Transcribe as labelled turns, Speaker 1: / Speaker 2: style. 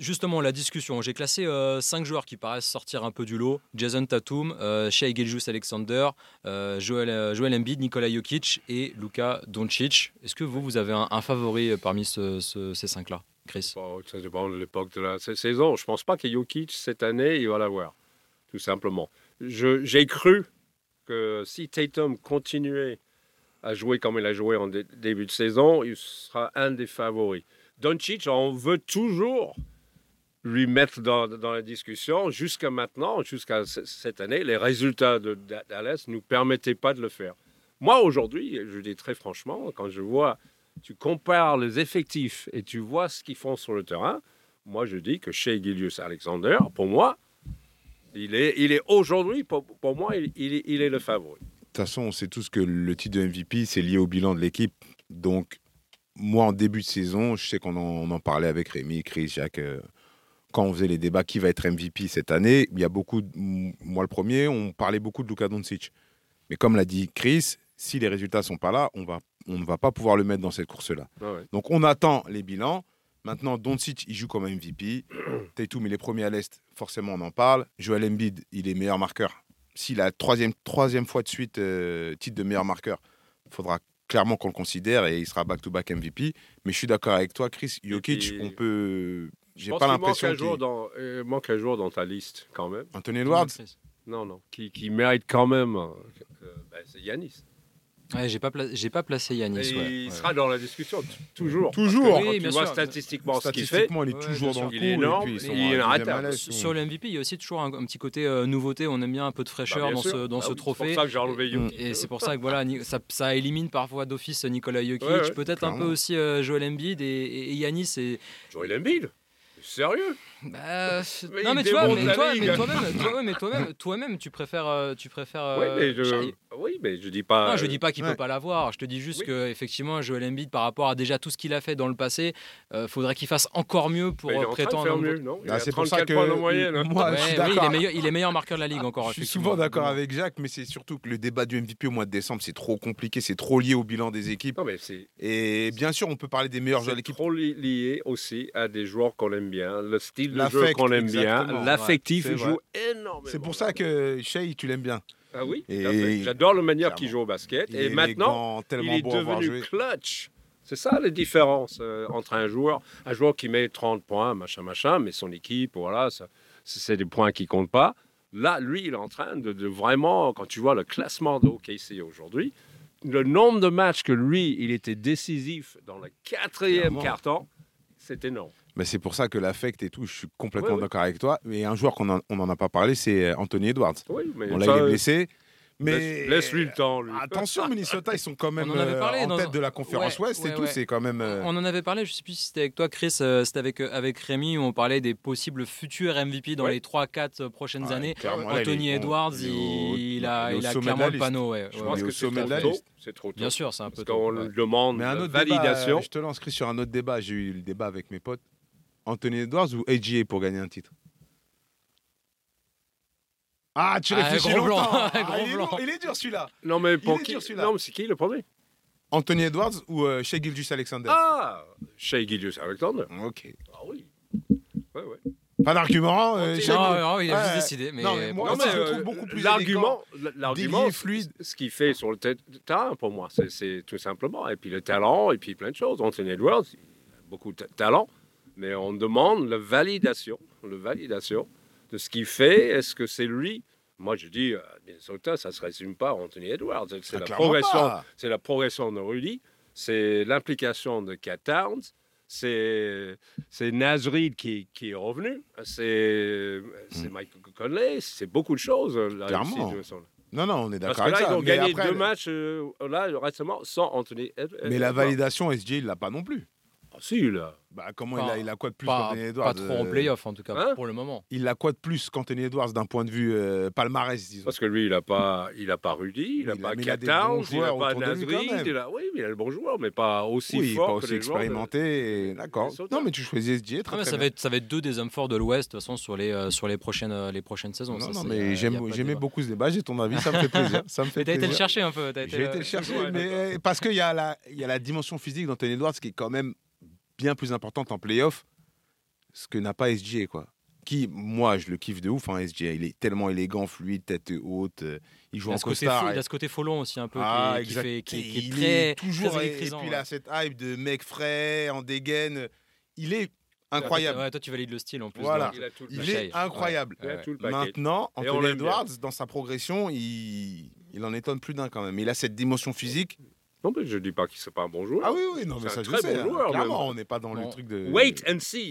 Speaker 1: justement, la discussion. J'ai classé 5 joueurs qui paraissent sortir un peu du lot. Jason Tatum, euh, Shai Gilgeous Alexander, Joel, euh, Joel, Embiid, Nikola Jokic et Luka Doncic. Est-ce que vous, vous avez un, un favori euh, parmi ce, ce, ces 5-là Chris
Speaker 2: Ça dépend de l'époque de la saison. Je ne pense pas que Jokic, cette année, il va l'avoir, tout simplement. J'ai cru que si Tatum continuait à jouer comme il a joué en dé début de saison, il sera un des favoris. Doncic, on veut toujours lui mettre dans, dans la discussion. Jusqu'à maintenant, jusqu'à cette année, les résultats de Dallas ne nous permettaient pas de le faire. Moi, aujourd'hui, je dis très franchement, quand je vois, tu compares les effectifs et tu vois ce qu'ils font sur le terrain, moi, je dis que chez Gilius Alexander, pour moi, il est, il est aujourd'hui, pour, pour, moi, il, il, est, il est le favori.
Speaker 3: De toute façon, on sait tous que le titre de MVP, c'est lié au bilan de l'équipe. Donc, moi, en début de saison, je sais qu'on en, en, parlait avec Rémi, Chris, Jacques, euh, quand on faisait les débats qui va être MVP cette année. Il y a beaucoup, de, moi le premier, on parlait beaucoup de Luka Doncic. Mais comme l'a dit Chris, si les résultats sont pas là, on va, on ne va pas pouvoir le mettre dans cette course-là. Ah ouais. Donc, on attend les bilans. Maintenant, Doncic, il joue comme MVP. Tatum, il est premier à l'Est, forcément, on en parle. Joel Embiid, il est meilleur marqueur si la troisième, troisième fois de suite euh, titre de meilleur marqueur, il faudra clairement qu'on le considère et il sera back-to-back -back MVP. Mais je suis d'accord avec toi, Chris. Jokic, on peut. J'ai pas l'impression.
Speaker 2: Qu il... Dans... Il manque un jour dans ta liste quand même.
Speaker 3: Anthony Edwards
Speaker 2: Non, non. Qui, qui, mérite quand même. Euh, bah, C'est Yanis.
Speaker 1: Ouais, j'ai pas, pla... j'ai pas placé Yanis.
Speaker 2: Ouais. Il
Speaker 1: ouais.
Speaker 2: sera dans la discussion, toujours.
Speaker 3: Toujours.
Speaker 2: Oui, tu vois sûr. statistiquement,
Speaker 3: statistiquement,
Speaker 2: ce
Speaker 3: il, fait. il est toujours dans le
Speaker 2: Il est énorme. Et puis, il, il est
Speaker 1: un Sur le MVP, il y a aussi toujours un, un petit côté euh, nouveauté. On aime bien un peu de fraîcheur bah, dans sûr. ce, dans ah, ce trophée.
Speaker 2: C'est pour ça que j'ai enlevé Jokic.
Speaker 1: Et, et c'est pour ça que voilà, ça, ça élimine parfois d'office Nicolas Jokic, peut-être un peu aussi euh, Joel Embiid et, et, et Yanis. Et...
Speaker 2: Joel Embiid Sérieux
Speaker 1: bah, mais Non mais tu vois, mais toi-même, toi-même, toi-même, toi-même, tu préfères, euh, tu préfères.
Speaker 2: Oui, mais je, euh, oui, mais je dis pas.
Speaker 1: Non, Ah, je dis pas qu'il ne ouais. peut pas l'avoir. Je te dis juste oui. que effectivement, Joel Embiid, par rapport à déjà tout ce qu'il a fait dans le passé, euh, faudrait qu'il fasse encore mieux pour
Speaker 2: Bah,
Speaker 1: euh,
Speaker 2: il
Speaker 1: prétendre.
Speaker 2: Mieux, non il ah, c'est pour ça que points moyenne, hein.
Speaker 3: moi, ouais, Ah, je suis oui,
Speaker 1: il, est meilleur, il est meilleur marqueur de la ligue encore.
Speaker 3: Je suis souvent d'accord
Speaker 1: Mmh.
Speaker 3: avec Jacques, mais c'est surtout que le débat du MVP au mois de décembre, c'est trop compliqué, c'est trop lié au bilan des équipes.
Speaker 2: Non, mais
Speaker 3: Et bien sûr, on peut parler des meilleurs joueurs de l'équipe.
Speaker 2: Trop lié aussi à des joueurs qu'on aime bien, le style de jeu qu'on aime bien, l'affectif ouais, joue énormément.
Speaker 3: C'est pour ça que Shea, tu l'aimes bien.
Speaker 2: Ah oui, j'adore la manière qu'il joue au basket. Il et maintenant, il est devenu clutch. C'est ça la différence euh, entre un joueur, un joueur qui met 30 points, machin, machin, mais son équipe, voilà, c'est des points qui comptent pas. Là, lui, il est en train de, de vraiment, quand tu vois le classement de OKC aujourd'hui, le nombre de matchs que lui, il était décisif dans le quatrième carton, c'est énorme.
Speaker 3: Mais c'est pour ça que l'affect et tout, je suis complètement ouais, d'accord ouais. avec toi. Mais un joueur qu'on n'en a pas parlé, c'est euh, Anthony Edwards.
Speaker 2: Oui, mais
Speaker 3: bon, là, ça, il est blessé. Mais euh,
Speaker 2: laisse-lui le temps. euh, Lui. Ah,
Speaker 3: Attention, Minnesota, ils sont quand même on en, avait parlé, en tête un... de la conférence ouais, Ouest ouais, et tout. Ouais. C'est quand même. euh,
Speaker 1: On en avait parlé. Je sais plus si c'était avec toi, Chris. euh, C'était avec avec Rémi où on parlait des possibles futurs MVP dans les 3-4 prochaines années. Anthony Edwards, il, il, il, a, il a clairement le panneau.
Speaker 2: Je pense que c'est trop tôt. C'est trop tôt.
Speaker 1: Bien sûr, c'est un peu.
Speaker 2: Parce qu'on le demande.
Speaker 3: Mais un autre
Speaker 2: euh,
Speaker 3: euh,
Speaker 2: validation. Débat,
Speaker 3: je te lance Chris sur un autre débat. J'ai eu le débat avec mes potes. Anthony Edwards ou AJ pour gagner un titre. Ah, tu réfléchis ah,
Speaker 1: gros
Speaker 3: longtemps. Blanc,
Speaker 1: ah, gros
Speaker 3: il, est lourd, il, est dur celui-là.
Speaker 2: Non mais pour il qui dur, Non mais c'est qui le premier
Speaker 3: Anthony Edwards ou euh, Shea Gildius Alexander
Speaker 2: Ah, Shea Gildius Alexander.
Speaker 3: Ok.
Speaker 2: Ah oui. Ouais ouais.
Speaker 3: Pas d'argument. Euh,
Speaker 1: non, non, il a juste décidé. Mais
Speaker 3: non, mais moi, non, mais, euh, je trouve beaucoup plus
Speaker 2: l'argument, l'argument
Speaker 3: fluide.
Speaker 2: Ce qu'il fait sur le terrain, pour moi, c'est tout simplement. Et puis le talent, et puis plein de choses. Anthony Edwards, beaucoup de talent, mais on demande la validation, le validation de ce qu'il fait. Est-ce que c'est lui Moi, je dis, euh, Minnesota, ça ne se résume pas à Anthony Edwards.
Speaker 3: Ah,
Speaker 2: C'est la, progression, c'est la progression de Rudy, c'est l'implication de Cat Towns, c'est, c'est Nasrid qui, qui, est revenu, c'est, c'est Mike Conley, c'est beaucoup de choses. Là,
Speaker 3: Mm. Clairement.
Speaker 2: Ici,
Speaker 3: non, non, on est d'accord
Speaker 2: avec
Speaker 3: là,
Speaker 2: ça. Ils ont
Speaker 3: mais
Speaker 2: gagné euh,
Speaker 3: après,
Speaker 2: deux matchs euh, là, récemment sans Anthony Edwards.
Speaker 3: Mais la validation, SJ, il l'a pas non plus.
Speaker 2: Ah, si, là.
Speaker 3: Bah, comment pas, il, a, il a quoi de plus
Speaker 1: pas,
Speaker 3: qu'Anthony Edwards
Speaker 1: Pas
Speaker 3: euh,
Speaker 1: trop en playoff, en tout cas, hein pour le moment.
Speaker 3: Il a quoi de plus qu'Anthony Edwards d'un point de vue euh, palmarès, disons
Speaker 2: Parce que lui, il n'a pas, il a pas Rudy, il n'a pas Catars, il n'a pas Nazrid. Il a, oui, mais il a le bon joueur, mais pas aussi
Speaker 3: oui,
Speaker 2: fort.
Speaker 3: pas aussi
Speaker 2: que les
Speaker 3: expérimenté. D'accord.
Speaker 2: hein.
Speaker 3: Non, mais tu choisis SJ. Très, non, mais
Speaker 1: Ah, ça,
Speaker 3: bien.
Speaker 1: Va être, ça va être deux des hommes forts de l'Ouest, de toute façon, sur les, euh, sur les, prochaines, euh, les prochaines saisons. euh,
Speaker 3: Non, ça, non mais j'aimais beaucoup ce débat, j'ai ton avis, ça me fait plaisir. Ça me fait
Speaker 1: T'as été le chercher un peu.
Speaker 3: J'ai été le chercher, mais parce qu'il y a la dimension physique d'Anthony Edwards qui est quand même bien plus importante en playoff ce que n'a pas SGA, quoi. Qui, moi, je le kiffe de ouf, hein, SGA. Il est tellement élégant, fluide, tête haute. euh, il joue
Speaker 1: Il y
Speaker 3: en
Speaker 1: a ce côté fou-
Speaker 3: costard.
Speaker 1: il y a ce côté folon aussi un peu
Speaker 3: Ah,
Speaker 1: qui, qui
Speaker 3: exact.
Speaker 1: fait, qui, qui est
Speaker 3: Il
Speaker 1: très,
Speaker 3: est toujours,
Speaker 1: très
Speaker 3: et-
Speaker 1: électrisant.
Speaker 3: Et puis il a
Speaker 1: ouais.
Speaker 3: cette hype de mec frais, en dégaine. Il est incroyable.
Speaker 1: Ouais, toi, tu valides le style en plus.
Speaker 3: Voilà.
Speaker 1: donc.
Speaker 2: Il a tout le
Speaker 3: Il
Speaker 2: paquet.
Speaker 1: Pareil.
Speaker 3: est incroyable.
Speaker 2: Il a tout le paquet.
Speaker 3: Maintenant,
Speaker 2: Et on l'aime
Speaker 3: Anthony
Speaker 2: bien.
Speaker 3: Edwards, dans sa progression, il, il en étonne plus d'un quand même. Il a cette dimension physique.
Speaker 2: Ah Non, mais je ne dis pas qu'il n'est pas un bon joueur.
Speaker 3: Ah oui, oui, non,
Speaker 2: C'est un très bon joueur,
Speaker 3: Clairement,
Speaker 2: même.
Speaker 3: on n'est pas dans
Speaker 1: Bon.
Speaker 3: le truc de.
Speaker 2: Wait and see.